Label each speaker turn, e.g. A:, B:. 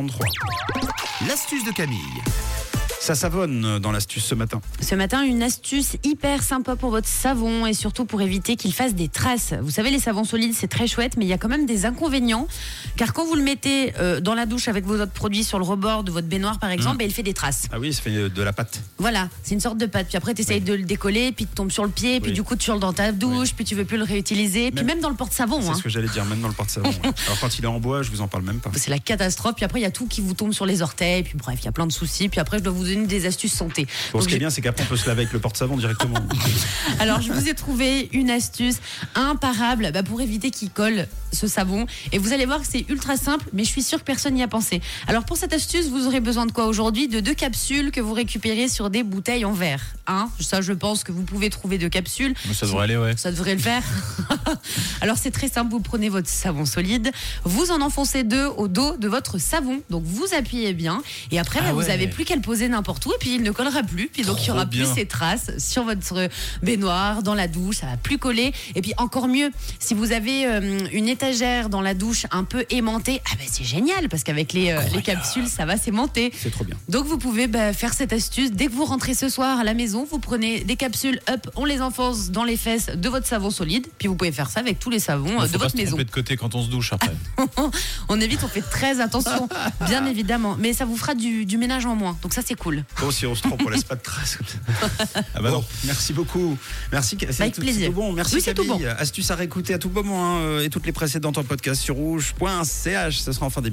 A: 63. L'astuce de Camille. Ça savonne euh, dans l'astuce ce matin.
B: Ce matin, une astuce hyper sympa pour votre savon et surtout pour éviter qu'il fasse des traces. Vous savez, les savons solides, c'est très chouette, mais il y a quand même des inconvénients. Car quand vous le mettez euh, dans la douche avec vos autres produits sur le rebord de votre baignoire, par exemple, ben, il fait des traces.
A: Ah oui, ça fait de la pâte.
B: Voilà, c'est une sorte de pâte. Puis après, tu essayes de le décoller, puis tu tombes sur le pied, puis
A: Oui.
B: du coup, tu sur le dans ta douche, puis tu veux plus le réutiliser. Puis
A: Même-
B: même dans le porte-savon.
A: C'est
B: hein.
A: ce que j'allais dire, même dans le porte-savon. ouais. Alors quand il est en bois, je vous en parle même pas.
B: C'est la catastrophe. Puis après, il y a tout qui vous tombe sur les orteils. Puis bref, il y a plein de soucis. Puis après, je dois vous donner des astuces santé.
A: Bon, ce
B: Donc,
A: qui est
B: j'ai-
A: bien, c'est qu'après, on peut se laver avec le porte-savon directement.
B: Alors, je vous ai trouvé une astuce imparable bah, pour éviter qu'il colle ce savon. Et vous allez voir que c'est ultra simple, mais je suis sûre que personne n'y a pensé. Alors, pour cette astuce, vous aurez besoin de quoi aujourd'hui De deux capsules que vous récupérez sur des bouteilles en verre. Hein Ça, je pense que vous pouvez trouver deux capsules.
C: Ça devrait aller, ouais.
B: Ça devrait le faire. Alors c'est très simple, vous prenez votre savon solide, vous en enfoncez deux au dos de votre savon, donc vous appuyez bien, et après
C: Ah
B: bah, vous
C: ouais.
B: avez plus qu'à le poser n'importe où, et puis il ne collera plus, puis donc il y
C: Trop
B: aura plus
C: bien.
B: ces traces sur votre baignoire, dans la douche, ça va plus coller, et puis encore mieux, si vous avez euh, une étagère dans la douche un peu aimantée, ah ben c'est génial, parce qu'avec les, euh, les capsules, ça va s'aimanter.
A: c'est trop bien.
B: Donc vous pouvez bah, faire cette astuce dès que vous rentrez ce soir à la maison, vous prenez des capsules up, on les enfonce dans les fesses de votre savon solide, puis vous pouvez faire ça avec tous les savons euh,
C: Faut
B: de
C: pas
B: votre
C: se
B: maison. Ah.
C: tromper de côté quand on se douche après.
B: on évite, on fait très attention, bien évidemment, mais ça vous fera du, du ménage en moins, donc ça c'est cool.
A: Bon, si on se trompe, on laisse pas de traces. comme ça. ah bah non. Merci beaucoup. Merci. Ca- c'est
B: Avec
A: tout-
B: plaisir.
A: c'est tout bon. Merci
B: Oui, c'est tout
A: euh, Camille. Astuce à réécouter à tout moment hein, et toutes les précédentes en podcast sur rouge.ch. Ce sera en fin d'émission.